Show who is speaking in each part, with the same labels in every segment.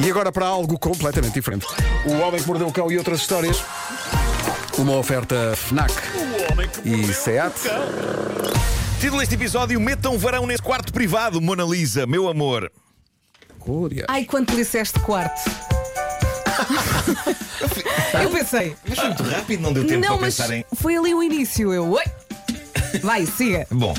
Speaker 1: E agora para algo completamente diferente. O Homem que Mordeu o Cão e outras histórias. Uma oferta FNAC e SEAT.
Speaker 2: Título deste episódio: Metam varão nesse quarto privado, Mona Lisa, meu amor.
Speaker 1: Glória.
Speaker 3: Ai, quando tu disseste quarto. eu pensei.
Speaker 2: Mas foi muito rápido, não deu tempo
Speaker 3: não,
Speaker 2: para
Speaker 3: mas
Speaker 2: pensar em.
Speaker 3: foi ali o início. Eu. Oi. Vai, siga.
Speaker 2: Bom,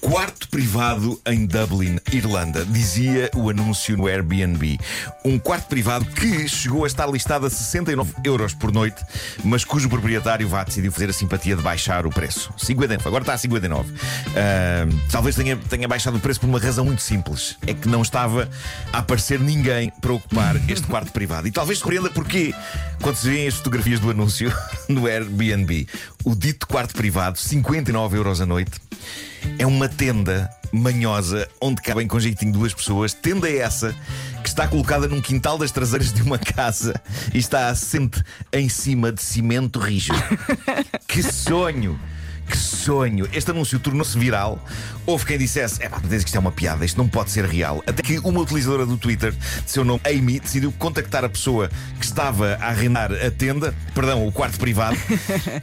Speaker 2: quarto privado em Dublin, Irlanda, dizia o anúncio no Airbnb. Um quarto privado que chegou a estar listado a 69 euros por noite, mas cujo proprietário vá decidiu fazer a simpatia de baixar o preço. 59, agora está a 59. Ah, talvez tenha, tenha baixado o preço por uma razão muito simples: é que não estava a aparecer ninguém para ocupar este quarto privado. E talvez surpreenda porquê, quando se vêem as fotografias do anúncio no Airbnb. O dito quarto privado, 59 euros a noite, é uma tenda manhosa onde cabem com jeitinho duas pessoas. Tenda é essa que está colocada num quintal das traseiras de uma casa e está assente em cima de cimento rijo. que sonho! Que sonho! Este anúncio tornou-se viral. Houve quem dissesse: é pá, desde que isto é uma piada, isto não pode ser real. Até que uma utilizadora do Twitter, de seu nome Amy, decidiu contactar a pessoa que estava a arrendar a tenda, perdão, o quarto privado,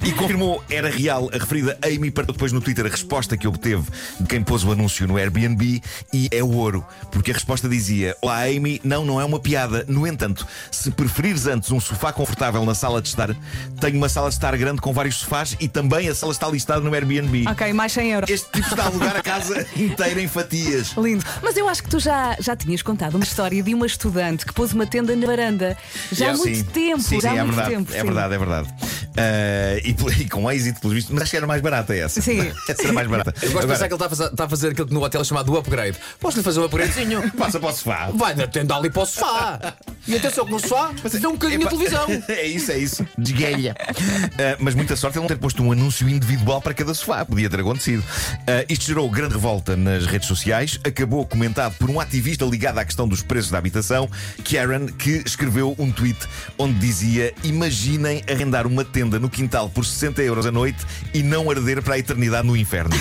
Speaker 2: e confirmou era real. A referida Amy partiu depois no Twitter a resposta que obteve de quem pôs o anúncio no Airbnb e é ouro, porque a resposta dizia: Olá, Amy, não, não é uma piada. No entanto, se preferires antes um sofá confortável na sala de estar, tenho uma sala de estar grande com vários sofás e também a sala está listada no Airbnb.
Speaker 3: Ok, mais 100 euros.
Speaker 2: Este tipo está a alugar a casa inteira em fatias.
Speaker 3: Lindo. Mas eu acho que tu já, já tinhas contado uma história de uma estudante que pôs uma tenda na varanda. Já há muito
Speaker 2: Sim.
Speaker 3: tempo.
Speaker 2: Sim,
Speaker 3: já
Speaker 2: sim,
Speaker 3: há
Speaker 2: é
Speaker 3: muito
Speaker 2: verdade,
Speaker 3: tempo.
Speaker 2: É
Speaker 3: sim.
Speaker 2: verdade, é verdade. Ah, e, pelo- e com êxito, pelo visto. Mas acho que era mais barata essa.
Speaker 3: Sim.
Speaker 2: essa era mais barata.
Speaker 4: Eu gosto de
Speaker 2: Agora,
Speaker 4: pensar que ele está a, fazer, está a fazer aquilo que no hotel é chamado upgrade. Posso-lhe fazer um upgradezinho?
Speaker 2: Passa para o sofá.
Speaker 4: Vai na tenda ali para o sofá. E atenção que no sofá tem um bocadinho de
Speaker 2: Epá,
Speaker 4: televisão.
Speaker 2: É isso, é isso. Desguelha. Ah, mas muita sorte ele não ter posto um anúncio individual para cada sofá. Podia ter acontecido. Ah, isto gerou grande revolta nas redes sociais. Acabou comentado por um ativista ligado à questão dos preços da habitação, Karen, que escreveu um tweet onde dizia: Imaginem arrendar uma tenda no quintal por 60 euros a noite e não arder para a eternidade no inferno.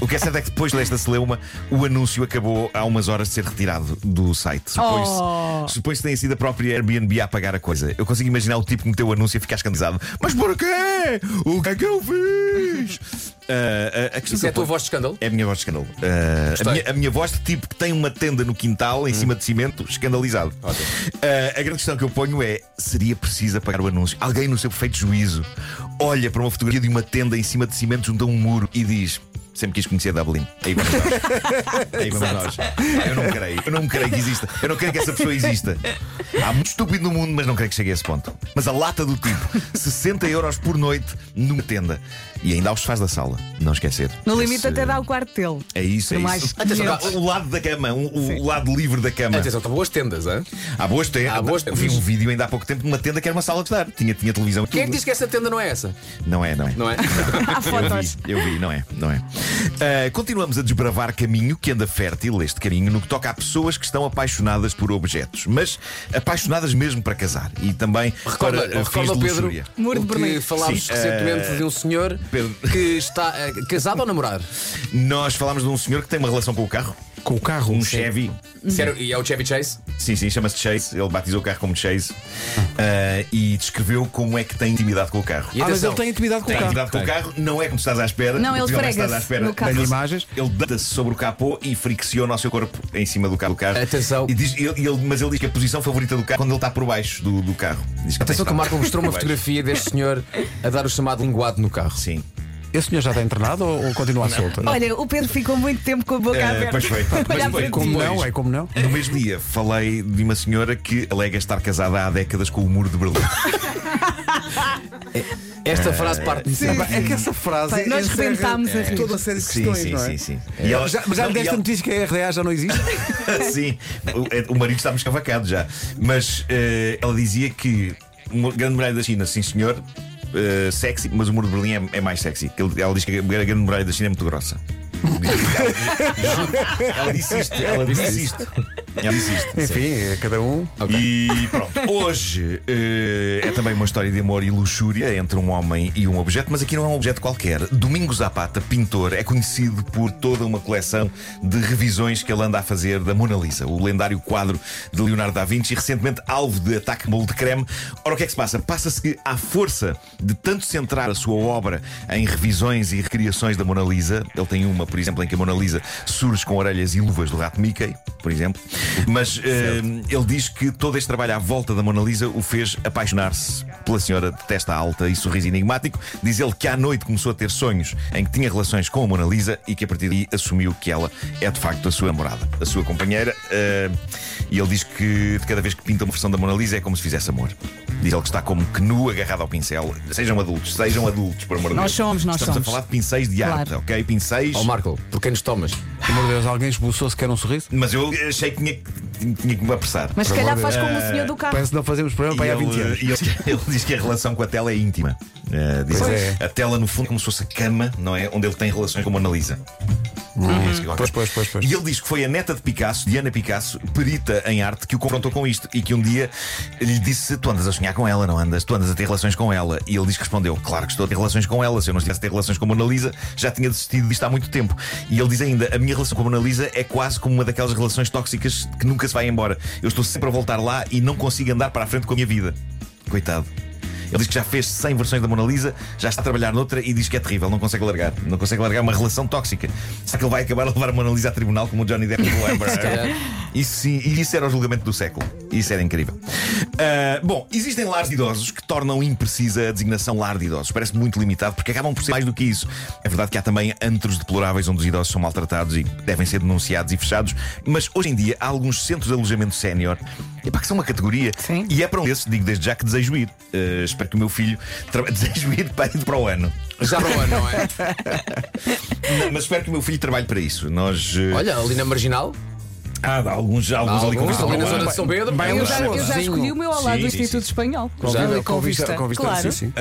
Speaker 2: o que é certo é que depois desta celeuma, o anúncio acabou há umas horas de ser retirado do site. Supõe-se
Speaker 3: Oh.
Speaker 2: Supõe-se que tenha sido a própria Airbnb a pagar a coisa. Eu consigo imaginar o tipo que meteu o anúncio e ficar escandalizado. Mas porquê? O que é que eu fiz? Ah, a- a questão
Speaker 4: Isso é
Speaker 2: que eu
Speaker 4: a tua
Speaker 2: ponho-
Speaker 4: voz de escândalo?
Speaker 2: É a minha voz de escândalo. Ah, a,
Speaker 4: Gostei.
Speaker 2: minha, a minha voz de tipo que tem uma tenda no quintal em cima de cimento, escandalizado. Ah, a grande questão que eu ponho é: seria preciso apagar o anúncio? Alguém no seu perfeito juízo olha para uma fotografia de uma tenda em cima de cimento junto a um muro e diz. Sempre quis conhecer Dublin. Aí vamos nós. Aí vamos nós. Ah, Eu não creio. Eu não creio que exista. Eu não creio que essa pessoa exista. Há muito estúpido no mundo, mas não creio que chegue a esse ponto. Mas a lata do tipo, 60 euros por noite numa tenda. E ainda aos faz da sala. Não esquecer.
Speaker 3: No limite,
Speaker 2: Esse-
Speaker 3: até dá o quarto dele.
Speaker 2: é isso,
Speaker 3: Por
Speaker 2: é
Speaker 3: mais
Speaker 2: isso.
Speaker 3: Atenção,
Speaker 2: Há o lado da cama, um- o, o lado livre da cama.
Speaker 4: Atenção, estão boas tendas, hã?
Speaker 2: Há boas tendas.
Speaker 4: Há boas tendas.
Speaker 2: Vi um vídeo ainda há pouco tempo de uma tenda que era uma sala de estar. Tinha, tinha televisão. e
Speaker 4: Quem é que
Speaker 2: tudo.
Speaker 4: diz que essa tenda não é essa?
Speaker 2: Não é, não é.
Speaker 4: Não é?
Speaker 3: Há
Speaker 2: Eu
Speaker 3: fotos.
Speaker 2: vi, eu vi, não é, não é. Ah, continuamos a desbravar caminho que anda fértil, este caminho, no que toca a pessoas que estão apaixonadas por objetos, mas apaixonadas mesmo para casar e também
Speaker 4: Recorda,
Speaker 2: para ah, fins
Speaker 4: recorda
Speaker 2: de
Speaker 4: Pedro,
Speaker 2: luxúria.
Speaker 3: Muro de
Speaker 4: o que
Speaker 3: Berlim.
Speaker 4: falámos
Speaker 2: Sim,
Speaker 4: recentemente
Speaker 2: eh,
Speaker 4: de um senhor
Speaker 2: Pedro.
Speaker 4: que está eh, casado ou namorar?
Speaker 2: Nós falámos de um senhor que tem uma relação com o carro,
Speaker 1: Com o carro.
Speaker 2: um
Speaker 1: sim.
Speaker 2: Chevy,
Speaker 4: Sério, e é o Chevy Chase?
Speaker 2: Sim, sim, chama-se Chase. Ele batizou o carro como Chase ah, e descreveu como é que tem intimidade com o carro.
Speaker 4: E
Speaker 1: Ah, mas
Speaker 4: atenção,
Speaker 1: ele tem intimidade com o
Speaker 2: Tem
Speaker 1: carro.
Speaker 2: intimidade com o carro, não é como estás à espera.
Speaker 3: Não, ele
Speaker 2: porque é que
Speaker 3: esfrega-se
Speaker 2: estás à espera.
Speaker 3: no carro.
Speaker 2: Ele-
Speaker 1: Tem imagens?
Speaker 2: Ele deita-se sobre o capô e fricciona o seu corpo em cima do carro. Do carro.
Speaker 4: Atenção.
Speaker 2: E diz, ele, ele- mas ele diz que a posição favorita do carro é quando ele está por baixo do, do carro. Diz que
Speaker 4: Atenção
Speaker 2: tem
Speaker 4: que o
Speaker 2: que
Speaker 4: Marco
Speaker 2: estar
Speaker 4: mostrou uma
Speaker 2: por baixo.
Speaker 4: fotografia deste senhor a dar o chamado linguado no carro.
Speaker 2: Sim.
Speaker 1: Esse senhor já está internado ou, ou continua à solta?
Speaker 3: Olha, o Pedro ficou muito tempo com a boca
Speaker 2: Eh,
Speaker 3: aberta.
Speaker 2: pois foi, pá,
Speaker 3: Olhar
Speaker 2: pois
Speaker 3: para
Speaker 2: foi.
Speaker 3: ti.
Speaker 1: Como não? É como não?
Speaker 2: No mesmo dia, falei de uma senhora que alega estar casada há décadas com o muro de Berlim.
Speaker 4: Esta frase parte de
Speaker 1: Epá, É que essa frase.
Speaker 3: Bem, nós
Speaker 1: encerra
Speaker 3: rebentámos a rir.
Speaker 1: Toda a série de
Speaker 2: É. Sim,
Speaker 1: questões,
Speaker 2: sim,
Speaker 1: não é?
Speaker 2: sim, sim.
Speaker 1: E ela- Já, mas já
Speaker 2: Não,
Speaker 1: me
Speaker 2: e
Speaker 1: deste um a
Speaker 2: ela-
Speaker 1: notícia que a RDA já não existe?
Speaker 2: Sim, o, o marido estava escavacado já. Mas eh, ela dizia que uma grande muralha da China, sim senhor, eh, sexy, mas o muro de Berlim é, é mais sexy. Ele- Ela diz que a grande muralha da China é muito grossa. Ela disse isto, ela disse isto. Ela disse isto.
Speaker 1: Enfim, é cada um.
Speaker 2: E pronto, hoje eh, é também uma história de amor e luxúria entre um homem e um objeto, mas aqui não é um objeto qualquer. Domingos Zapata, pintor, é conhecido por toda uma coleção de revisões que ele anda a fazer da Mona Lisa, o lendário quadro de Leonardo da Vinci, e recentemente alvo de ataque molde de creme. Ora, o que é que se passa? Passa-se que, à força de tanto centrar a sua obra em revisões e recriações da Mona Lisa, ele tem uma, por exemplo, em que a Mona Lisa surge com orelhas e luvas do rato Mickey, por exemplo, mas eh, ele diz que todo este trabalho à volta da Mona Lisa o fez apaixonar-se pela senhora de testa alta e sorriso enigmático. Diz ele que à noite começou a ter sonhos em que tinha relações com a Mona Lisa e que a partir daí assumiu que ela é de facto a sua namorada, a sua companheira. eh, e ele diz que de cada vez que pinta uma versão da Mona Lisa é como se fizesse amor. Diz ele que está como que nu agarrado ao pincel. Sejam adultos, sejam adultos, por amor de Deus.
Speaker 3: Nós somos, nós
Speaker 2: Estamos
Speaker 3: somos.
Speaker 2: a falar de pincéis de arte,
Speaker 3: Claro.
Speaker 2: ok? Pincéis.
Speaker 4: Ó Oh, Marco, por quem nos tomas?
Speaker 1: Pelo amor de Deus, alguém esboçou-se quer um sorriso?
Speaker 2: Mas eu achei que tinha, que- tinha que me apressar.
Speaker 3: Mas se calhar faz
Speaker 2: eh,
Speaker 3: como o senhor do carro.
Speaker 1: Parece que não fazemos programa para aí há 20 anos.
Speaker 2: e ele- ele diz que a relação com a tela é íntima. Eh, diz
Speaker 1: Pois
Speaker 2: ele, A tela, no fundo, é como se fosse a cama, não é? Onde ele tem relações com a Mona Lisa. Diz que-
Speaker 1: Uhum. Pois, pois, pois, pois.
Speaker 2: E ele diz que foi a neta de Picasso, Diana Picasso, perita em arte, que o confrontou com isto e que um dia lhe disse: Tu andas a sonhar com ela, não andas? Tu andas a ter relações com ela. E ele diz que respondeu: Claro que estou a ter relações com ela. Se eu não estivesse a ter relações com a Mona Lisa, já tinha desistido disto há muito tempo. E ele diz ainda: A minha relação com a Mona Lisa é quase como uma daquelas relações tóxicas que nunca se vai embora. Eu estou sempre a voltar lá e não consigo andar para a frente com a minha vida. Coitado. Ele diz que já fez 100 versões da Mona Lisa, já está a trabalhar noutra e diz que é terrível, não consegue largar. Não consegue largar uma relação tóxica. Será que ele vai acabar a levar a Mona Lisa a tribunal como o Johnny Depp do Amber? isso, sim, e isso era o julgamento do século. Isso era incrível. Ah, bom, existem lares de idosos que tornam imprecisa a designação lar de idosos. Parece muito limitado porque acabam por ser mais do que isso. É verdade que há também antros deploráveis onde os idosos são maltratados e devem ser denunciados e fechados, mas hoje em dia há alguns centros de alojamento sénior epá, que são uma categoria
Speaker 3: Sim.
Speaker 2: e é para um desses, digo desde já que desejo ir. Eh, espero que o meu filho tra- desejo ir para, para o ano.
Speaker 4: Já para o ano, não é?
Speaker 2: Não, Mas espero que o meu filho trabalhe para isso. Nós. eh,
Speaker 4: Olha, ali na marginal,
Speaker 2: há alguns, alguns,
Speaker 4: há
Speaker 2: ali com
Speaker 4: alguns,
Speaker 2: vista
Speaker 4: ali
Speaker 2: para
Speaker 4: na
Speaker 2: o
Speaker 4: zona
Speaker 2: ano.
Speaker 4: de São Pedro.
Speaker 1: Bem,
Speaker 3: Eu
Speaker 1: Ele
Speaker 3: já, eu já
Speaker 1: sozinho.
Speaker 3: escolhi o meu ao lado
Speaker 2: Sim,
Speaker 3: do
Speaker 2: sim,
Speaker 3: Instituto
Speaker 2: sim.
Speaker 3: Espanhol.
Speaker 1: Já,
Speaker 3: Ali
Speaker 1: não, com vista- com vista,
Speaker 3: claro.
Speaker 1: sim, sim.
Speaker 2: Uh,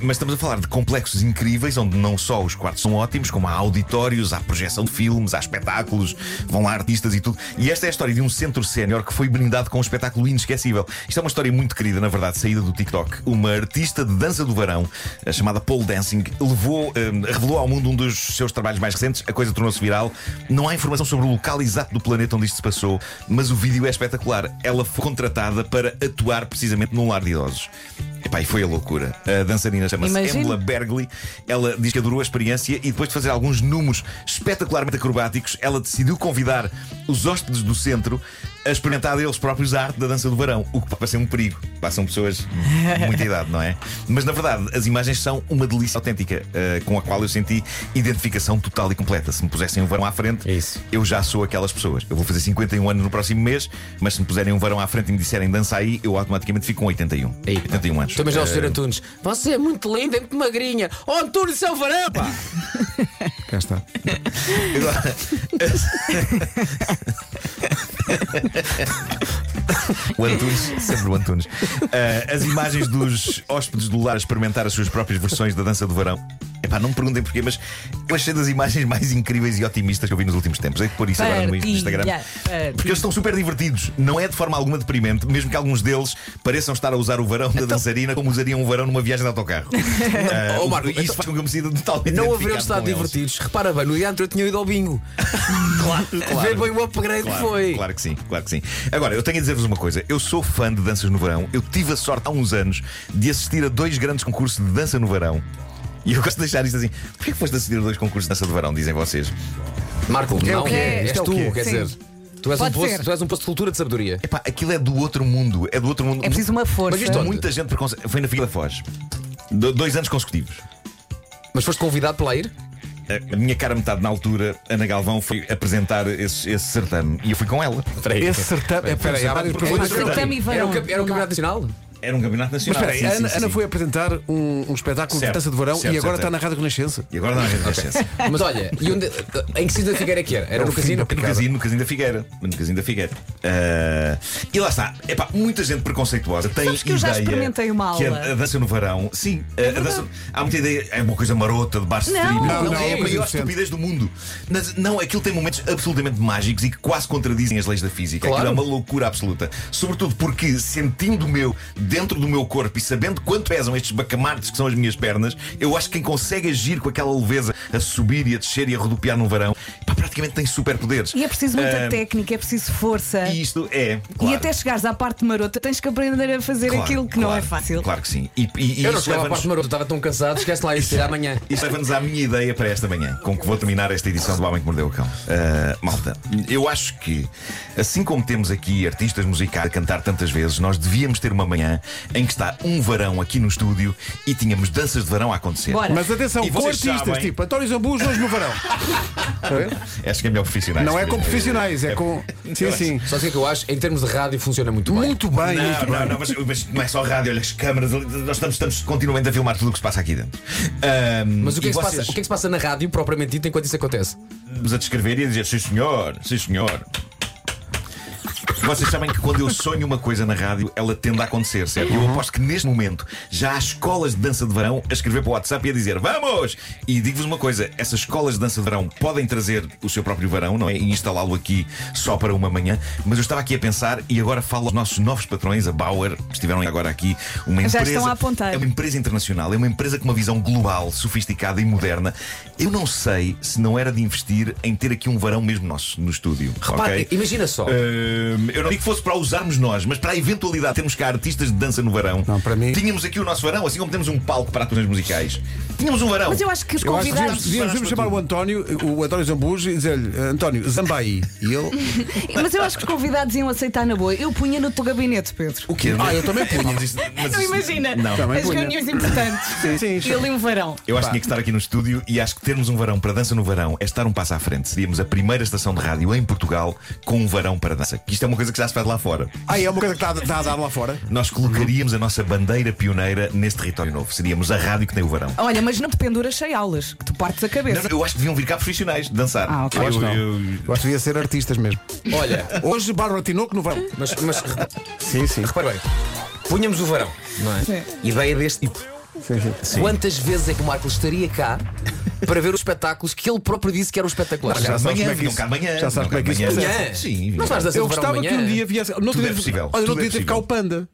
Speaker 2: mas estamos a falar de complexos incríveis, onde não só os quartos são ótimos, como há auditórios, há projeção de filmes, há espetáculos, vão lá artistas e tudo. E esta é a história de um centro sénior que foi brindado com um espetáculo inesquecível. Isto é uma história muito querida, na verdade, saída do TikTok. Uma artista de dança do varão, a chamada pole dancing, levou, um, revelou ao mundo um dos seus trabalhos mais recentes. A coisa tornou-se viral. Não há informação sobre o local exato do planeta onde isto se passou, mas o vídeo é espetacular. Ela foi contratada para atuar precisamente num lar de idosos. Epá, e foi a loucura. A dançarina chama-se
Speaker 3: Imagino.
Speaker 2: Embla Bergley. Ela diz que adorou a experiência e depois de fazer alguns números espetacularmente acrobáticos, ela decidiu convidar os hóspedes do centro a experimentar eles próprios a arte da dança do varão, o que passa a ser um perigo. Passam pessoas de muita idade, não é? Mas na verdade, as imagens são uma delícia autêntica, eh, com a qual eu senti identificação total e completa. Se me pusessem um varão à frente,
Speaker 4: É isso.
Speaker 2: eu já sou aquelas pessoas. Eu vou fazer 51 anos no próximo mês, mas se me puserem um varão à frente e me disserem dança aí, eu automaticamente fico com 81.
Speaker 4: Aí.
Speaker 2: 81 anos.
Speaker 4: Também já o Sr. Antunes. Você é muito linda, é muito magrinha. Ó Antunes, seu varão, pá!
Speaker 1: Cá está.
Speaker 2: Agora- o Antunes, sempre o Antunes. Ah, as imagens dos hóspedes do lar a experimentar as suas próprias versões da dança do varão. Epá, não me perguntem porquê, mas eu achei das imagens mais incríveis e otimistas que eu vi nos últimos tempos. Hei de pôr isso agora no meu
Speaker 3: Partilha,
Speaker 2: Instagram.
Speaker 3: partilha.
Speaker 2: Porque eles estão super divertidos. Não é de forma alguma deprimente, mesmo que alguns deles pareçam estar a usar o varão
Speaker 4: Então-
Speaker 2: da dançarina como usariam um varão numa viagem de autocarro. Ah,
Speaker 4: Ó, Marco,
Speaker 2: isso
Speaker 4: então-
Speaker 2: faz com que eu me sinta totalmente
Speaker 4: Não haveriam
Speaker 2: identificado
Speaker 4: estado
Speaker 2: com eles.
Speaker 4: divertidos. Repara bem, no dia anterior tinham ido ao bingo.
Speaker 2: Claro, claro.
Speaker 4: Vê bem o upgrade que
Speaker 2: Claro,
Speaker 4: foi.
Speaker 2: Claro que sim, claro que sim. Agora, eu tenho a dizer-vos uma coisa. Eu sou fã de danças no verão. Eu tive a sorte há uns anos de assistir a dois grandes concursos de dança no verão. E eu gosto de deixar isto assim. Porquê que foste assistir a dois concursos de dança de verão, dizem vocês?
Speaker 4: Marco, não,
Speaker 1: o quê?
Speaker 4: és
Speaker 1: Isto é o
Speaker 4: tu,
Speaker 1: quê?
Speaker 4: quer
Speaker 3: Sim.
Speaker 4: dizer. Tu és, um
Speaker 3: Pode
Speaker 4: poço,
Speaker 3: ser.
Speaker 4: tu és um poço de cultura de sabedoria.
Speaker 2: Epá, aquilo é do outro mundo. É do outro mundo.
Speaker 3: É preciso uma força.
Speaker 4: Mas isto onde?
Speaker 2: Muita gente preconce... foi na Figueira da Foz. Do- dois anos consecutivos.
Speaker 4: Mas foste convidado para lá ir?
Speaker 2: A a minha cara metade na altura, Ana Galvão, foi apresentar esse, esse certame. E eu fui com ela.
Speaker 1: Esse certame. É, peraí, há várias
Speaker 4: Era
Speaker 1: perguntas.
Speaker 3: Mas certame e verão.
Speaker 4: o campe- era o campeonato nacional?
Speaker 2: Era um campeonato
Speaker 1: Mas
Speaker 2: nacional.
Speaker 1: espera aí,
Speaker 2: Sim,
Speaker 1: a
Speaker 2: sim,
Speaker 1: Ana,
Speaker 2: sim.
Speaker 1: Ana foi apresentar um, um espetáculo de
Speaker 2: Certo,
Speaker 1: dança de verão
Speaker 2: certo,
Speaker 1: e agora
Speaker 2: certo.
Speaker 1: está na Rádio Renascença.
Speaker 2: E agora dá uma resistência.
Speaker 4: Mas olha, e onde- em que sítio da Figueira é que era? Era
Speaker 1: o
Speaker 4: no
Speaker 1: fim
Speaker 4: casino?
Speaker 1: da picada.
Speaker 2: No casino, no casino da Figueira. No casino da Figueira. Ah, E lá está. Epá, muita gente preconceituosa tem
Speaker 3: Sabes que eu já
Speaker 2: ideia
Speaker 3: experimentei uma
Speaker 2: Que a,
Speaker 3: aula. É
Speaker 2: a dança no varão, sim, a- a dança- há muita ideia, é uma coisa marota de bar strip.
Speaker 3: Não,
Speaker 1: não,
Speaker 2: é
Speaker 1: é
Speaker 2: a
Speaker 1: uma coisa
Speaker 2: maior
Speaker 1: decente.
Speaker 2: estupidez do mundo. Mas não, aquilo tem momentos absolutamente mágicos e que quase contradizem as leis da física.
Speaker 4: Claro.
Speaker 2: Aquilo é uma loucura absoluta. Sobretudo porque, sentindo o meu dentro do meu corpo e sabendo quanto pesam estes bacamartes que são as minhas pernas, eu acho que quem consegue agir com aquela leveza a subir e a descer e a rodopiar no varão, pá, praticamente tem superpoderes.
Speaker 3: E é preciso muita
Speaker 2: Ah,
Speaker 3: técnica, é preciso força.
Speaker 2: E
Speaker 3: E,
Speaker 2: isto é. claro.
Speaker 3: até chegares à parte marota, tens que aprender a fazer
Speaker 2: Claro,
Speaker 3: aquilo que não é
Speaker 2: claro,
Speaker 3: fácil.
Speaker 2: Claro que sim. E, e- e
Speaker 4: Eu não
Speaker 2: isso
Speaker 4: chegava à
Speaker 2: leva-nos
Speaker 4: parte marota, estava tão cansado, esquece lá isso, ir amanhã.
Speaker 2: isso leva-nos à minha ideia para esta manhã, com que vou terminar esta edição do Homem que Mordeu o Cão. Ah, malta, eu acho que, assim como temos aqui artistas musicais a cantar tantas vezes, nós devíamos ter uma manhã em que está um varão aqui no estúdio e tínhamos danças de varão a acontecer.
Speaker 3: Bora.
Speaker 1: Mas atenção,
Speaker 2: E
Speaker 1: com
Speaker 2: vocês
Speaker 1: artistas,
Speaker 2: sabem-
Speaker 1: tipo António Zambu, hoje no varão. Está a ver?
Speaker 2: Acho que é melhor profissionais.
Speaker 1: Não é com profissionais, é com. Sim, sim.
Speaker 4: Só sei que eu acho, em termos de rádio, funciona muito bem.
Speaker 1: Muito bem,
Speaker 2: Não,
Speaker 1: muito
Speaker 2: não,
Speaker 1: bem.
Speaker 2: não, mas, mas não é só rádio, olha as câmaras, ali, nós estamos, estamos continuamente a filmar tudo o que se passa aqui dentro. Ah,
Speaker 4: Mas o que, é
Speaker 2: e
Speaker 4: que se passa,
Speaker 2: vocês-
Speaker 4: o que é que se passa na rádio, propriamente dito, enquanto isso acontece?
Speaker 2: nos a descrever e a dizer: Sim, senhor, sim, senhor. Vocês sabem que quando eu sonho uma coisa na rádio, ela tende a acontecer, certo? E Eu aposto que neste momento já há escolas de dança de verão a escrever para o WhatsApp e a dizer vamos! E digo-vos uma coisa: essas escolas de dança de verão podem trazer o seu próprio verão, não é? E instalá-lo aqui só para uma manhã. Mas eu estava aqui a pensar e agora falo aos nossos novos patrões, a Bauer, que estiveram agora aqui, uma
Speaker 3: Já
Speaker 2: empresa.
Speaker 3: estão a apontar.
Speaker 2: é uma empresa internacional, é uma empresa com uma visão global, sofisticada e moderna. Eu não sei se não era de investir em ter aqui um varão mesmo nosso no estúdio.
Speaker 4: Repare,
Speaker 2: ok?
Speaker 4: imagina só.
Speaker 2: Hum, eu não digo que fosse para usarmos nós, mas para a eventualidade de termos cá artistas de dança no varão.
Speaker 1: Não, para mim-
Speaker 2: Tínhamos aqui o nosso varão, assim como temos um palco para atuações musicais. Tínhamos um varão.
Speaker 3: Mas eu acho que os
Speaker 1: Eu acho que
Speaker 3: convidados.
Speaker 1: devíamos, devíamos- devíamos chamar o António, o António Zambujo e dizer-lhe, "Eh, António, Zambai. E ele.
Speaker 3: Mas eu acho que os convidados iam aceitar na boa. Eu punha no teu gabinete, Pedro.
Speaker 2: O quê?
Speaker 1: Ah, eu também punha.
Speaker 2: Mas isto- mas
Speaker 3: Não
Speaker 2: isto-
Speaker 3: imagina
Speaker 2: Não.
Speaker 1: Também
Speaker 3: as
Speaker 1: punha.
Speaker 3: reuniões importantes.
Speaker 1: Sim, sim, sim.
Speaker 3: E ali um varão.
Speaker 2: Eu acho que tinha que estar aqui no estúdio e acho que termos um varão para dança no varão é estar um passo à frente. Seríamos a primeira estação de rádio em Portugal com um varão para dança. Que Isto é uma coisa que já se faz lá fora.
Speaker 1: Ah, é uma coisa que está, está a dar lá fora.
Speaker 2: Nós colocaríamos a nossa bandeira pioneira neste território novo. Seríamos a rádio que tem o varão.
Speaker 3: Olha, mas não te penduras sem aulas, que tu partes a
Speaker 2: Não,
Speaker 3: cabeça.
Speaker 2: não, eu acho que deviam vir cá profissionais dançar.
Speaker 3: Ah, ok.
Speaker 2: Eu acho-
Speaker 1: Não.
Speaker 2: eu-
Speaker 1: Eu acho que devia ser artistas mesmo.
Speaker 4: Olha,
Speaker 1: Hoje, Bárbara Tinoco no varão.
Speaker 4: mas, mas
Speaker 1: Sim, sim.
Speaker 4: repare bem, punhamos o varão, não é?
Speaker 3: Sim.
Speaker 4: Ideia deste tipo. Quantas vezes é que o Marco estaria cá para ver os espetáculos que ele próprio disse que um eram espetaculares?
Speaker 1: Já
Speaker 2: Já
Speaker 1: sabes como
Speaker 2: sabes
Speaker 1: é
Speaker 2: amanhã,
Speaker 1: que
Speaker 2: vinham
Speaker 1: isso-
Speaker 2: cá amanhã.
Speaker 1: já sabes
Speaker 2: vinham
Speaker 1: como é que
Speaker 2: cá
Speaker 1: isso
Speaker 2: amanhã.
Speaker 4: funciona.
Speaker 2: Sim,
Speaker 4: Não
Speaker 2: vinham
Speaker 4: faz
Speaker 2: cá.
Speaker 4: dança
Speaker 1: Eu
Speaker 4: do verão
Speaker 1: gostava que
Speaker 4: amanhã.
Speaker 1: um dia viesse. Não
Speaker 2: Tudo
Speaker 1: devia-
Speaker 2: é possível,
Speaker 1: Olha, não
Speaker 2: tudo é
Speaker 1: devia ter cá o
Speaker 2: possível.
Speaker 1: panda.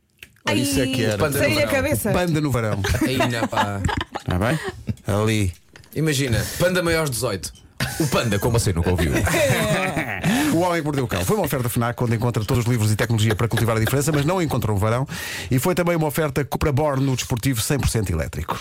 Speaker 3: Ai,
Speaker 1: isso é que era.
Speaker 4: Panda
Speaker 3: Saí
Speaker 4: no
Speaker 3: a
Speaker 4: verão.
Speaker 3: cabeça.
Speaker 1: Panda no varão.
Speaker 4: Aí, não, pá.
Speaker 1: Está bem? Ali.
Speaker 4: Imagina, panda maior de 18. O panda, como assim nunca ouviu?
Speaker 1: O Homem que Mordeu o Cão foi uma oferta FNAC onde encontra todos os livros e tecnologia para cultivar a diferença, mas não encontrou o varão. E foi também uma oferta Cupra Born no desportivo 100% elétrico.